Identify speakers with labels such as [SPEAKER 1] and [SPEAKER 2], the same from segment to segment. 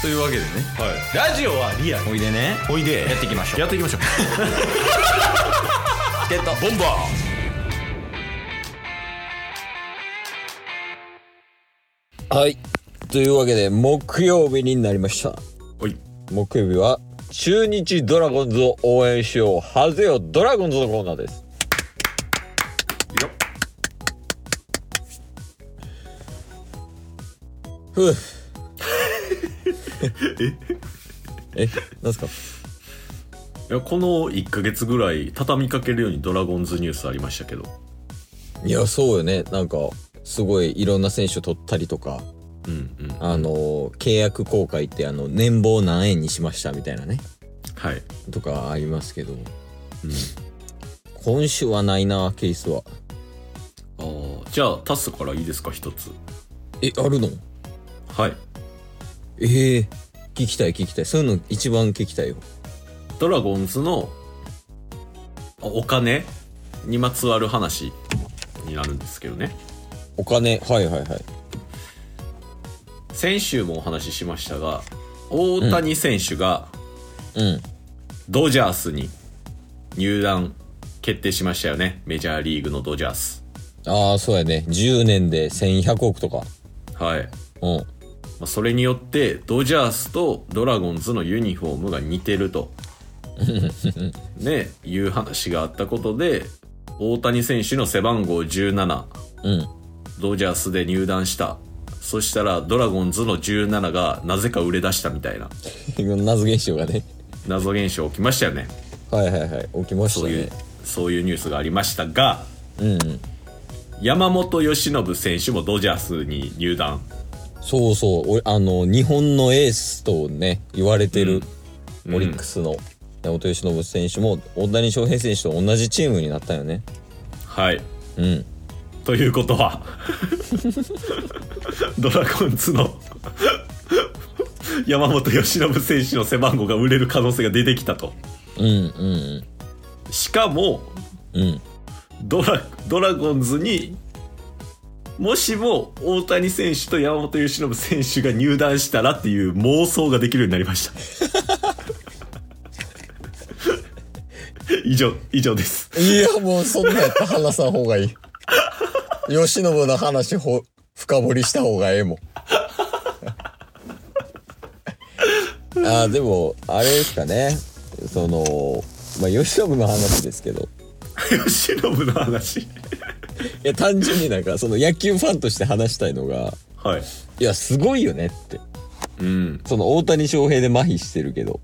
[SPEAKER 1] というわけでね
[SPEAKER 2] はい、ラジオはリアル
[SPEAKER 1] おいでね
[SPEAKER 2] おいで
[SPEAKER 1] やっていきましょう
[SPEAKER 2] やっていきましょう
[SPEAKER 1] ゲット
[SPEAKER 2] ボンバ
[SPEAKER 1] はいというわけで木曜日になりました
[SPEAKER 2] ーはい
[SPEAKER 1] 木曜日は中日ドラゴンズを応援しようハゼよドラゴンズのコーナーです
[SPEAKER 2] よ
[SPEAKER 1] ふうえなんすか
[SPEAKER 2] いやこの1か月ぐらい畳みかけるようにドラゴンズニュースありましたけど
[SPEAKER 1] いやそうよねなんかすごいいろんな選手取ったりとか
[SPEAKER 2] うんうん
[SPEAKER 1] あの契約更改ってあの年俸何円にしましたみたいなね
[SPEAKER 2] はい、
[SPEAKER 1] とかありますけど
[SPEAKER 2] うん、
[SPEAKER 1] 今週はないなケースは
[SPEAKER 2] あーじゃあタスからいいですか一つ
[SPEAKER 1] えあるの
[SPEAKER 2] はい
[SPEAKER 1] ええ聞きたい聞きたいそういうの一番聞きたいよ
[SPEAKER 2] ドラゴンズのあお金にまつわる話になるんですけどね
[SPEAKER 1] お金はいはいはい
[SPEAKER 2] 先週もお話ししましたが大谷選手が
[SPEAKER 1] うん
[SPEAKER 2] ドジャースに入団決定しましたよねメジャーリーグのドジャース
[SPEAKER 1] ああそうやね10年で1100億とか
[SPEAKER 2] はい、ま
[SPEAKER 1] うん
[SPEAKER 2] あ、それによってドジャースとドラゴンズのユニフォームが似てると ねいう話があったことで大谷選手の背番号17
[SPEAKER 1] うん
[SPEAKER 2] ドジャースで入団したそしたらドラゴンズの17がなぜか売れ出したみたいな
[SPEAKER 1] 謎現象がね
[SPEAKER 2] 謎現象起きましたよね
[SPEAKER 1] はいはいはい起きまし
[SPEAKER 2] そ
[SPEAKER 1] た
[SPEAKER 2] ういう
[SPEAKER 1] ね
[SPEAKER 2] そういうニュースがありましたが
[SPEAKER 1] うんうん
[SPEAKER 2] 山本由伸選手もドジャースに入団
[SPEAKER 1] そうそうおあの日本のエースとね言われてる、
[SPEAKER 2] うん
[SPEAKER 1] オリックスの山本由伸選手も大谷翔平選手と同じチームになったよね
[SPEAKER 2] はい
[SPEAKER 1] うん
[SPEAKER 2] ということ はドラゴンズの山本由伸選手の背番号が売れる可能性が出てきたと
[SPEAKER 1] うんうん
[SPEAKER 2] しかも
[SPEAKER 1] うんうん
[SPEAKER 2] ドラドラゴンズにもしも大谷選手と山本由伸選手が入団したらっていう妄想ができるようになりました 以上以上です
[SPEAKER 1] いやもうそんなんやったら話さん方がいい由伸の話ほ深掘りした方がええもん あーでもあれですかねそのまあ由伸の話ですけど
[SPEAKER 2] 由伸の話
[SPEAKER 1] いや単純になんかその野球ファンとして話したいのが
[SPEAKER 2] はい
[SPEAKER 1] いやすごいよねって
[SPEAKER 2] うん
[SPEAKER 1] その大谷翔平で麻痺してるけど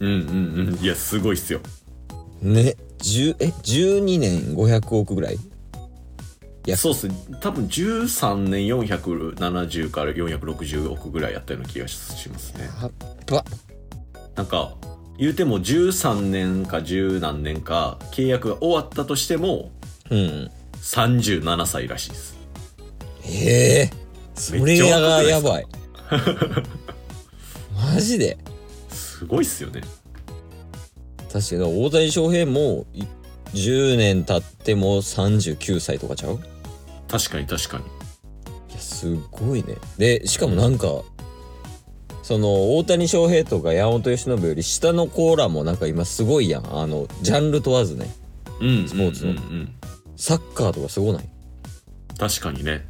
[SPEAKER 2] うんうんうんいやすごいっすよ
[SPEAKER 1] ね10え12年500億ぐらいや
[SPEAKER 2] そうっす多分13年470から460億ぐらいやったような気がしますね
[SPEAKER 1] はっば
[SPEAKER 2] なんか言うても13年か10何年か契約が終わったとしても
[SPEAKER 1] うん
[SPEAKER 2] 37歳らしいです
[SPEAKER 1] へえそれやがやばいマジです
[SPEAKER 2] ごいっすよね
[SPEAKER 1] 確かに大谷翔平もい10年経っても39歳とかちゃう
[SPEAKER 2] 確かに確かに
[SPEAKER 1] いやすごいねでしかもなんか、その大谷翔平とか山本由伸より下のコーラもなんか今すごいやんあのジャンル問わずね
[SPEAKER 2] うん
[SPEAKER 1] スポーツの
[SPEAKER 2] うんうんうん
[SPEAKER 1] サッカーとかすごない
[SPEAKER 2] 確かにね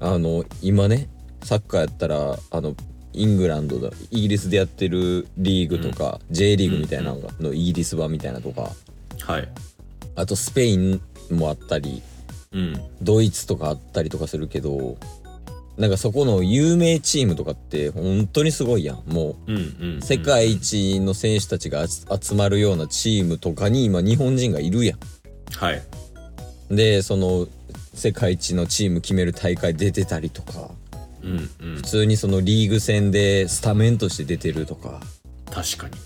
[SPEAKER 1] あの今ねサッカーやったらあのイングランドだイギリスでやってるリーグとか、J リーグみたいなのが、のイギリス版みたいなとか
[SPEAKER 2] はい
[SPEAKER 1] あとスペインもあったり
[SPEAKER 2] うん
[SPEAKER 1] ドイツとかあったりとかするけどなんかそこの有名チームとかって本当にすごいやんも
[SPEAKER 2] うんうん、うん
[SPEAKER 1] う世界一の選手たちが集集まるようなチームとかに今日本人がいるや
[SPEAKER 2] はい
[SPEAKER 1] ん。でその世界一のチーム決める大会出てたりとか。
[SPEAKER 2] うんうん
[SPEAKER 1] 普通にそのリーグ戦でスタメンとして出てるとか
[SPEAKER 2] 確かに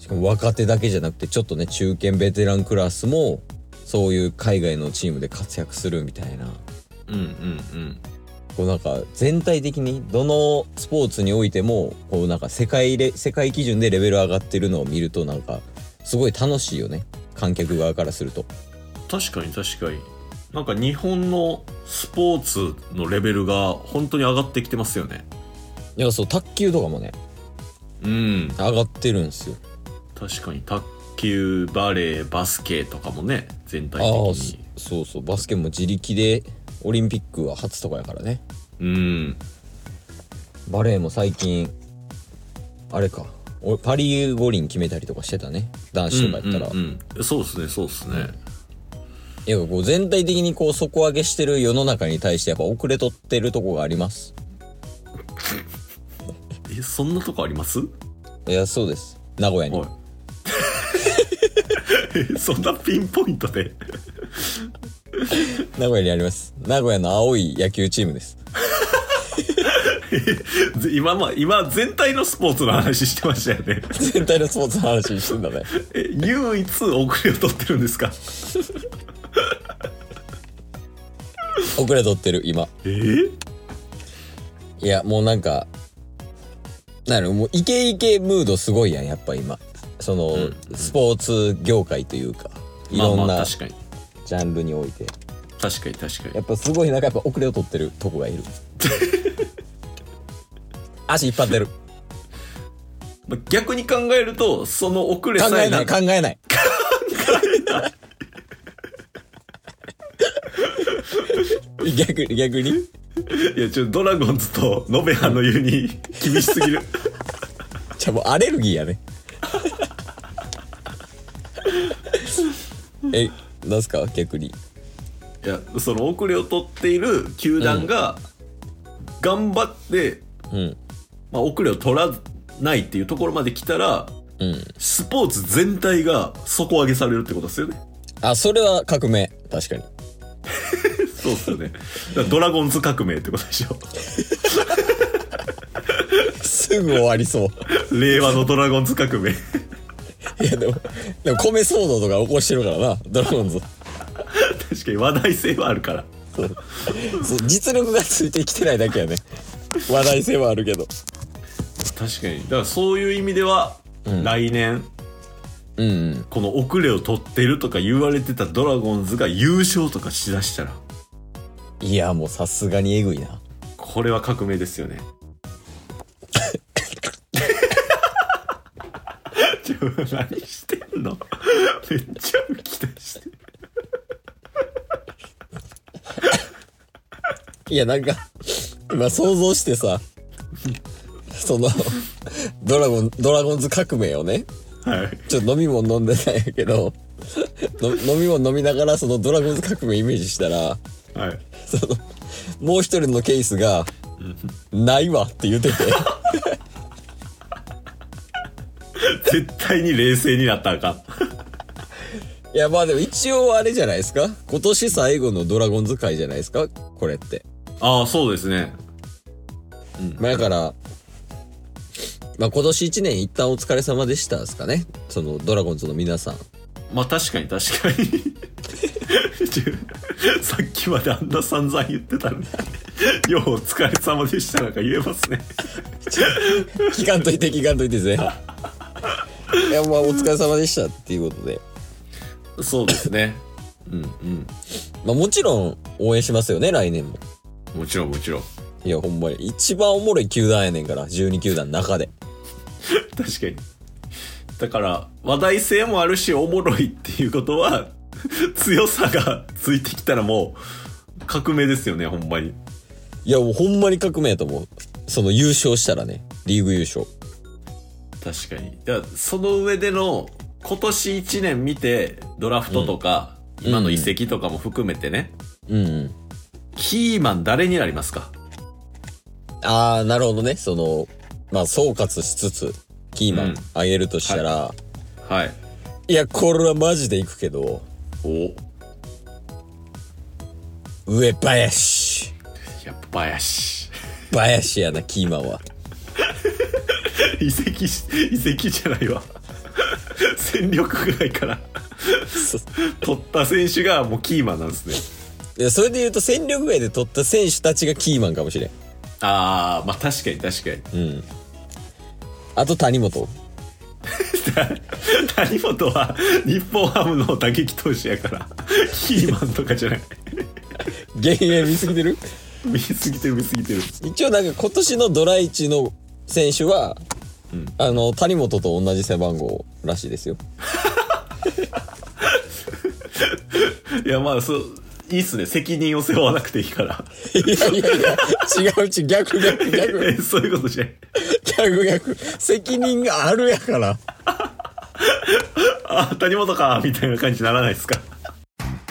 [SPEAKER 1] しかも若手だけじゃなくてちょっとね中堅ベテランクラスもそういう海外のチームで活躍するみたいな
[SPEAKER 2] うんうんうん
[SPEAKER 1] こうなんか全体的にどのスポーツにおいてもこうなんか世界レ世界基準でレベル上がってるのを見るとなんかすごい楽しいよね観客側からすると。
[SPEAKER 2] 確かに確かになんか日本のスポーツのレベルが本当に上がってきてますよね
[SPEAKER 1] いやそう卓球とかもね
[SPEAKER 2] うん
[SPEAKER 1] 上がってるんですよ。
[SPEAKER 2] 確かに卓球バレーバスケとかもね全体
[SPEAKER 1] ああー、
[SPEAKER 2] 的
[SPEAKER 1] そ
[SPEAKER 2] に
[SPEAKER 1] そうそう、バスケも自力で、オリンピックは初とかやからね。
[SPEAKER 2] うん
[SPEAKER 1] バレーも最近、あれか、おパリ五輪決めたりとかしてたね。男子とかやったら。
[SPEAKER 2] うんうんうんそうですねそうですね
[SPEAKER 1] いや、こう全体的にこう底上げしてる世の中に対してやっぱ遅れとってるとこがあります。
[SPEAKER 2] えそんなとこありますはい
[SPEAKER 1] や、そうです。名古屋に。
[SPEAKER 2] い そんなピンポイントで
[SPEAKER 1] 名古屋にあります。名古屋の青い野球チームです。
[SPEAKER 2] 今まあ今全体のスポーツの話してましたよね
[SPEAKER 1] 全体のスポーツの話してんだね。
[SPEAKER 2] え唯一遅れを取ってるんですか
[SPEAKER 1] 遅れとってる、今。
[SPEAKER 2] えー
[SPEAKER 1] いや、もうなんか、なるもうイケイケムードすごいやん、やっぱ今。その、
[SPEAKER 2] ん
[SPEAKER 1] スポーツ業界というか、い
[SPEAKER 2] まあ
[SPEAKER 1] ろん
[SPEAKER 2] ま
[SPEAKER 1] な
[SPEAKER 2] あ
[SPEAKER 1] ジ
[SPEAKER 2] 確かに
[SPEAKER 1] ャンルにおいて。
[SPEAKER 2] 確かに確かに
[SPEAKER 1] やっぱすごいなんかやっぱ遅れを取ってるとこが いる。足引っ張ってる。
[SPEAKER 2] まあ逆に考えるとその遅れ
[SPEAKER 1] 考
[SPEAKER 2] さ
[SPEAKER 1] え
[SPEAKER 2] え
[SPEAKER 1] な、
[SPEAKER 2] ない
[SPEAKER 1] 考えない。逆に、逆に。
[SPEAKER 2] いやちょっとドラゴンズとノベハの湯に厳しす ぎる
[SPEAKER 1] じゃあもうアレルギーや ね。え、なんすか逆に。
[SPEAKER 2] いやその遅れを取っている球団が頑張って、
[SPEAKER 1] うん。
[SPEAKER 2] まあ、遅れを取らないっていうところまで来たら
[SPEAKER 1] うん。
[SPEAKER 2] スポーツ全体が底上げされるってことですよね
[SPEAKER 1] あ、それは革命。確かに。
[SPEAKER 2] そうですよねだからドラゴンズ革命ってことでしょ
[SPEAKER 1] すぐ終わりそう。
[SPEAKER 2] 令和のドラゴンズ革命
[SPEAKER 1] いや、でも、でも米騒動とか起こしてるからな、ドラゴンズ。
[SPEAKER 2] 確かに話題性はあるから
[SPEAKER 1] そう実力がついてきてないだけやね。話題性はあるけど。
[SPEAKER 2] 確かにだからそういう意味では、来年
[SPEAKER 1] うん、うん。
[SPEAKER 2] この遅れを取ってるとか言われてたドラゴンズが優勝とかしだしたら
[SPEAKER 1] いや、もうさすがにえぐいな。
[SPEAKER 2] これは革命ですよねちょ何してんのめっちゃ浮き出してる
[SPEAKER 1] いや、なんか、今想像してさ、その、ドラゴン、ドラゴンズ革命をね、
[SPEAKER 2] はい
[SPEAKER 1] ちょっと飲み物飲んでないんやけど、の飲み物飲みながらそのドラゴンズ革命イメージしたら、
[SPEAKER 2] はい
[SPEAKER 1] その、もう一人のケースが、ないわって言ってて、
[SPEAKER 2] 絶対に冷静になったらあかん
[SPEAKER 1] いや、まあでも一応あれじゃないですか今年最後のドラゴンズ会じゃないですかこれって。
[SPEAKER 2] ああそうですね
[SPEAKER 1] まあだから、まあ今年一年一旦お疲れ様でしたですかねそのドラゴンズの皆さん。
[SPEAKER 2] まあ確かに 確かにちょさっきまであんな散々言ってたのに「ようお疲れ様でした」なんか言えますね
[SPEAKER 1] 聞かんといて聞かんとい て前半。いや、まあお疲れ様でしたっていうことで。
[SPEAKER 2] そうです ねうんうん
[SPEAKER 1] まあもちろん応援しますよね、来年も。
[SPEAKER 2] もちろんもちろん
[SPEAKER 1] いや、ほんまに。一番おもろい球団やねんから、12球団の中で。
[SPEAKER 2] 確かにだから話題性もあるしおもろいっていうことは強さがついてきたらもう革命ですよねほんまに
[SPEAKER 1] いや、もうほんまに革命やと思う。その優勝したらね、リーグ優勝。
[SPEAKER 2] 確かにだからその上での今年1年見てドラフトとか、
[SPEAKER 1] ん
[SPEAKER 2] 今の移籍とかも含めてね、
[SPEAKER 1] うん、うん。
[SPEAKER 2] キーマン誰になりますか
[SPEAKER 1] あー、なるほどね。その、まあ総括しつつ、キーマ
[SPEAKER 2] う
[SPEAKER 1] ン
[SPEAKER 2] ん
[SPEAKER 1] 上げるとしたら、
[SPEAKER 2] はい
[SPEAKER 1] い、や、これはマジでいくけど、
[SPEAKER 2] お
[SPEAKER 1] 上林。
[SPEAKER 2] やっぱ林
[SPEAKER 1] 林やな、キーマンは。
[SPEAKER 2] 移籍し移籍じゃないわ戦力ぐらいから
[SPEAKER 1] そ
[SPEAKER 2] 取った選手がもうキーマンなんですね
[SPEAKER 1] いやそれで言うと戦力外で取った選手たちがキーマンかもしれん。
[SPEAKER 2] ああまあ確かに確かに
[SPEAKER 1] うん。あと谷本。
[SPEAKER 2] 谷本は日本ハムの打撃投手やからキーマンとかじゃない
[SPEAKER 1] 減塩見すぎてる
[SPEAKER 2] 見すぎてる見すぎてる
[SPEAKER 1] 一応なんか今年のドラ1の選手は、
[SPEAKER 2] うん
[SPEAKER 1] あの谷本と同じ背番号らしいですよ
[SPEAKER 2] いやまあそういいっすね責任を背負わなくていいから
[SPEAKER 1] いやいやいや違う違う逆逆逆
[SPEAKER 2] え そういうことじゃない
[SPEAKER 1] 逆逆責任があるやから
[SPEAKER 2] あ谷本かみたいな感じにならないですか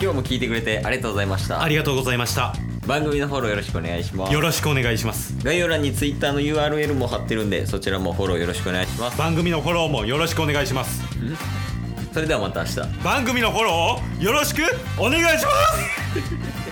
[SPEAKER 3] 今日も聞いてくれてありがとうございました
[SPEAKER 4] ありがとうございました
[SPEAKER 3] 番組のフォローよろしくお願いします
[SPEAKER 4] よろしくお願いします
[SPEAKER 3] 概要欄に Twitter の URL も貼ってるんでそちらもフォローよろしくお願いします
[SPEAKER 4] 番組のフォローもよろしくお願いします
[SPEAKER 3] それではまた明日
[SPEAKER 4] 番組のフォローをよろしくお願いします